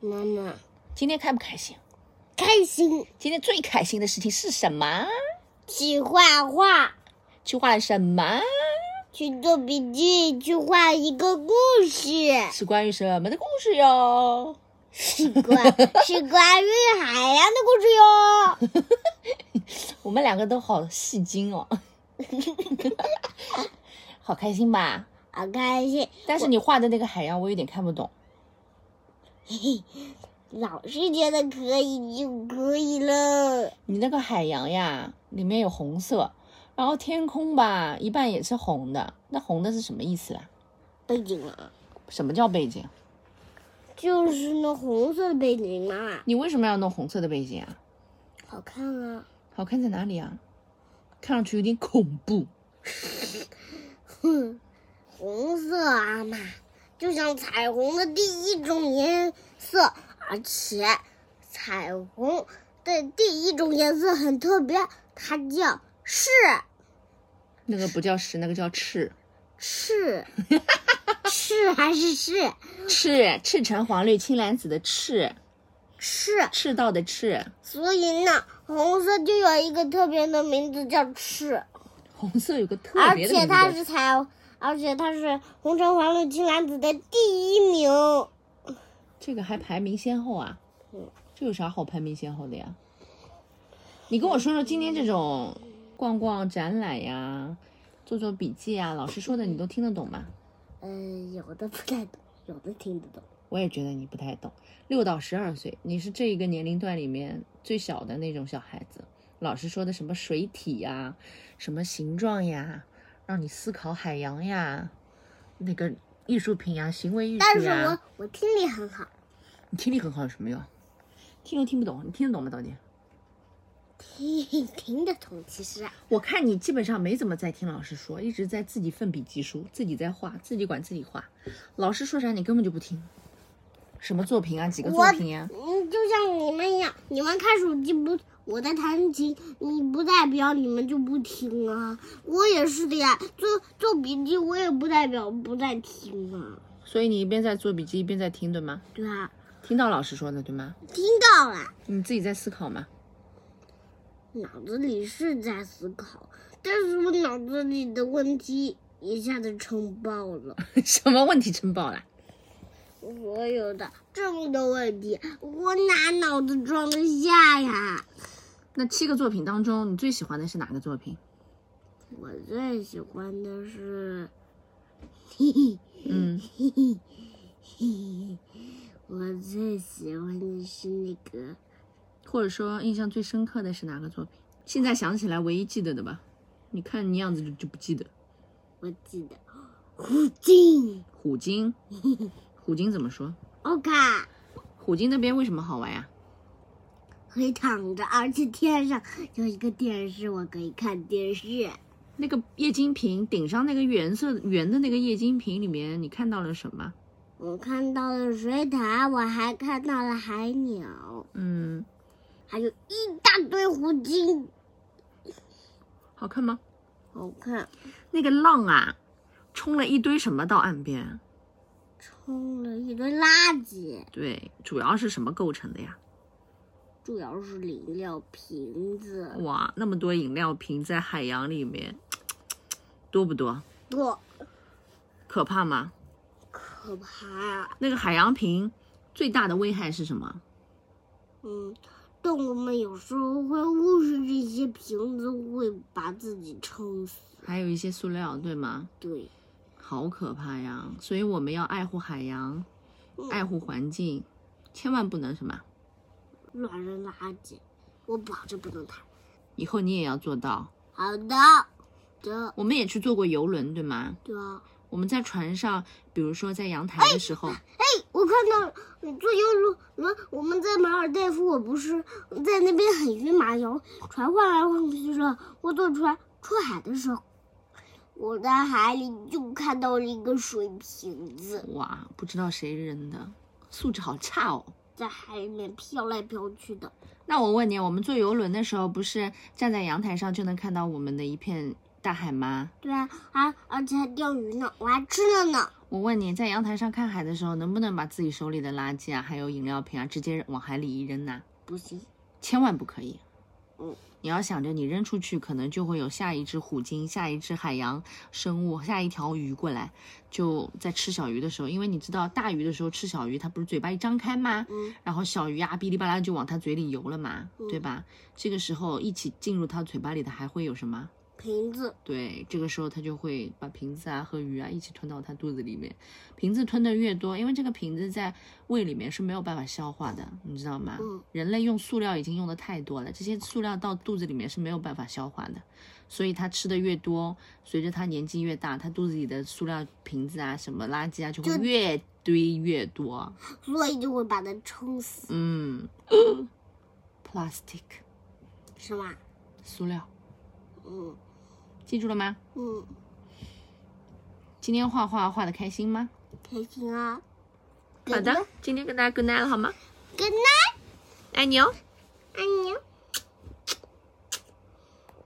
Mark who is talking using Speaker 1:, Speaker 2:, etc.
Speaker 1: 妈妈，
Speaker 2: 今天开不开心？
Speaker 1: 开心，
Speaker 2: 今天最开心的事情是什么？
Speaker 1: 去画画，
Speaker 2: 去画了什么？
Speaker 1: 去做笔记，去画一个故事，
Speaker 2: 是关于什么的故事哟？
Speaker 1: 是关是关于海洋的故事 哟。
Speaker 2: 我们两个都好戏精哦， 好开心吧？
Speaker 1: 好开心，
Speaker 2: 但是你画的那个海洋，我有点看不懂。
Speaker 1: 老师觉得可以就可以了。
Speaker 2: 你那个海洋呀，里面有红色，然后天空吧，一半也是红的，那红的是什么意思啊？
Speaker 1: 背景啊，
Speaker 2: 什么叫背景？
Speaker 1: 就是那红色的背景啊，
Speaker 2: 你为什么要弄红色的背景啊？
Speaker 1: 好看啊。
Speaker 2: 好看在哪里啊？看上去有点恐怖。
Speaker 1: 哼， 红色阿玛就像彩虹的第一种颜色，而且彩虹的第一种颜色很特别，它叫赤
Speaker 2: 那个不叫石，那个叫赤，
Speaker 1: 赤赤还是赤
Speaker 2: 赤赤橙黄绿青蓝紫的赤，
Speaker 1: 赤，
Speaker 2: 赤道的赤，
Speaker 1: 所以呢，红色就有一个特别的名字叫赤，
Speaker 2: 红色有个特
Speaker 1: 而
Speaker 2: 别的名
Speaker 1: 且
Speaker 2: 字
Speaker 1: 它
Speaker 2: 叫
Speaker 1: 是彩，而且它是红橙黄绿青蓝紫的第一名。
Speaker 2: 这个还排名先后啊？
Speaker 1: 嗯
Speaker 2: 这有啥好排名先后的呀？你跟我说说今天这种逛逛展览呀，做做笔记呀，老师说的你都听得懂吗？
Speaker 1: 嗯，有的不太懂，有的听得懂。
Speaker 2: 我也觉得你不太懂。六到十二岁，你是这一个年龄段里面最小的那种小孩子。老师说的什么水体呀，什么形状呀，让你思考海洋呀，那个艺术品呀，行为艺
Speaker 1: 但
Speaker 2: 术
Speaker 1: 是
Speaker 2: 呀
Speaker 1: 我，我听力很好，
Speaker 2: 你听力很好有什么用？听都听不懂，你听得懂吗？到底？
Speaker 1: 听 听得懂。其实啊，
Speaker 2: 我看你基本上没怎么在听老师说，一直在自己奋笔疾书，自己在画，自己管自己画。老师说啥你根本就不听，什么作品啊，几个作
Speaker 1: 我
Speaker 2: 品呀、
Speaker 1: 嗯，就像你们一样，你们看手机不，我在弹琴，你不代表你们就不听啊。我也是的呀，做做笔记我也不代表不在听啊。
Speaker 2: 所以你一边在做笔记一边在听，对吗？
Speaker 1: 对啊，
Speaker 2: 听到老师说的对吗？
Speaker 1: 听到了，
Speaker 2: 你自己在思考吗？
Speaker 1: 脑子里是在思考，但是我脑子里的问题一下子撑爆了。
Speaker 2: 什么问题撑爆了？
Speaker 1: 所有的这么多问题，我哪脑子装得下呀？
Speaker 2: 那七个作品当中，你最喜欢的是哪个作品？
Speaker 1: 我最喜欢的是，嘿嘿
Speaker 2: 嗯，
Speaker 1: 嘿嘿嘿嘿，我最喜欢的是那个，
Speaker 2: 或者说印象最深刻的是哪个作品？现在想起来唯一记得的吧？你看你样子就就不记得。
Speaker 1: 我记得胡静
Speaker 2: 虎鲸， 虎鲸怎么说？
Speaker 1: 奥卡
Speaker 2: 虎鲸那边为什么好玩呀、
Speaker 1: 以躺着，而且天上有一个电视，我可以看电视。
Speaker 2: 那个液晶屏顶上那个圆色圆的那个液晶屏里面，你看到了什么？
Speaker 1: 我看到了水獭，我还看到了海鸟，
Speaker 2: 嗯，
Speaker 1: 还有一大堆胡鲸，
Speaker 2: 好看吗？
Speaker 1: 好看。
Speaker 2: 那个浪啊，冲了一堆什么到岸边？
Speaker 1: 冲了一堆垃圾，
Speaker 2: 对，主要是什么构成的呀？
Speaker 1: 主要是饮料瓶子
Speaker 2: 哇，那么多饮料瓶在海洋里面，多不多？
Speaker 1: 多
Speaker 2: 可怕吗？
Speaker 1: 可怕啊！
Speaker 2: 那个海洋瓶最大的危害是什么？
Speaker 1: 嗯，动物们有时候会误食这些瓶子，会把自己撑死。
Speaker 2: 还有一些塑料，对吗？
Speaker 1: 对，
Speaker 2: 好可怕呀！所以我们要爱护海洋，
Speaker 1: 嗯
Speaker 2: 爱护环境，千万不能什么。
Speaker 1: 乱扔垃圾，我保证不能抬。
Speaker 2: 以后你也要做到。
Speaker 1: 好的，的，
Speaker 2: 我们也去坐过游轮，对吗？
Speaker 1: 对啊。
Speaker 2: 我们在船上，比如说在阳台的时候，
Speaker 1: 哎，我看到了嗯坐游轮轮，我们在马尔代夫，我不是在那边很晕马游，船晃来晃去的时候，我坐船出海的时候，我在海里就看到了一个水瓶子
Speaker 2: 哇，不知道谁扔的，素质好差哦。
Speaker 1: 在海里面飘来飘去的，
Speaker 2: 那我问你，我们坐游轮的时候，不是站在阳台上就能看到我们的一片大海吗？
Speaker 1: 对啊，啊，而且还钓鱼呢，我还吃了呢，
Speaker 2: 我问你在阳台上看海的时候，能不能把自己手里的垃圾啊，还有饮料瓶啊，直接往海里一扔呐、
Speaker 1: 不行，
Speaker 2: 千万不可以。
Speaker 1: 嗯，
Speaker 2: 你要想着你扔出去，可能就会有下一只虎鲸、下一只海洋生物、下一条鱼过来。就在吃小鱼的时候，因为你知道大鱼的时候吃小鱼，它不是嘴巴一张开吗？
Speaker 1: 嗯
Speaker 2: 然后小鱼啊哔哩吧啦就往它嘴里游了嘛，对吧？这个时候一起进入它嘴巴里的还会有什么？
Speaker 1: 瓶子，
Speaker 2: 对，这个时候它就会把瓶子啊和鱼啊一起吞到它肚子里面。瓶子吞的越多，因为这个瓶子在胃里面是没有办法消化的，你知道吗？
Speaker 1: 嗯
Speaker 2: 人类用塑料已经用的太多了，这些塑料到肚子里面是没有办法消化的，所以它吃的越多，随着它年纪越大，它肚子里的塑料瓶子啊、什么垃圾啊就会
Speaker 1: 就
Speaker 2: 越堆越多。
Speaker 1: 所以就会把它撑死，
Speaker 2: 嗯，plastic
Speaker 1: 是吧？
Speaker 2: 塑料，
Speaker 1: 嗯
Speaker 2: 记住了吗？
Speaker 1: 嗯，
Speaker 2: 今天画画画的开心吗？
Speaker 1: 开心啊。
Speaker 2: 好的，今天跟大家 good night 了好吗？
Speaker 1: ，Good night，
Speaker 2: 爱你哦。
Speaker 1: 爱你哦。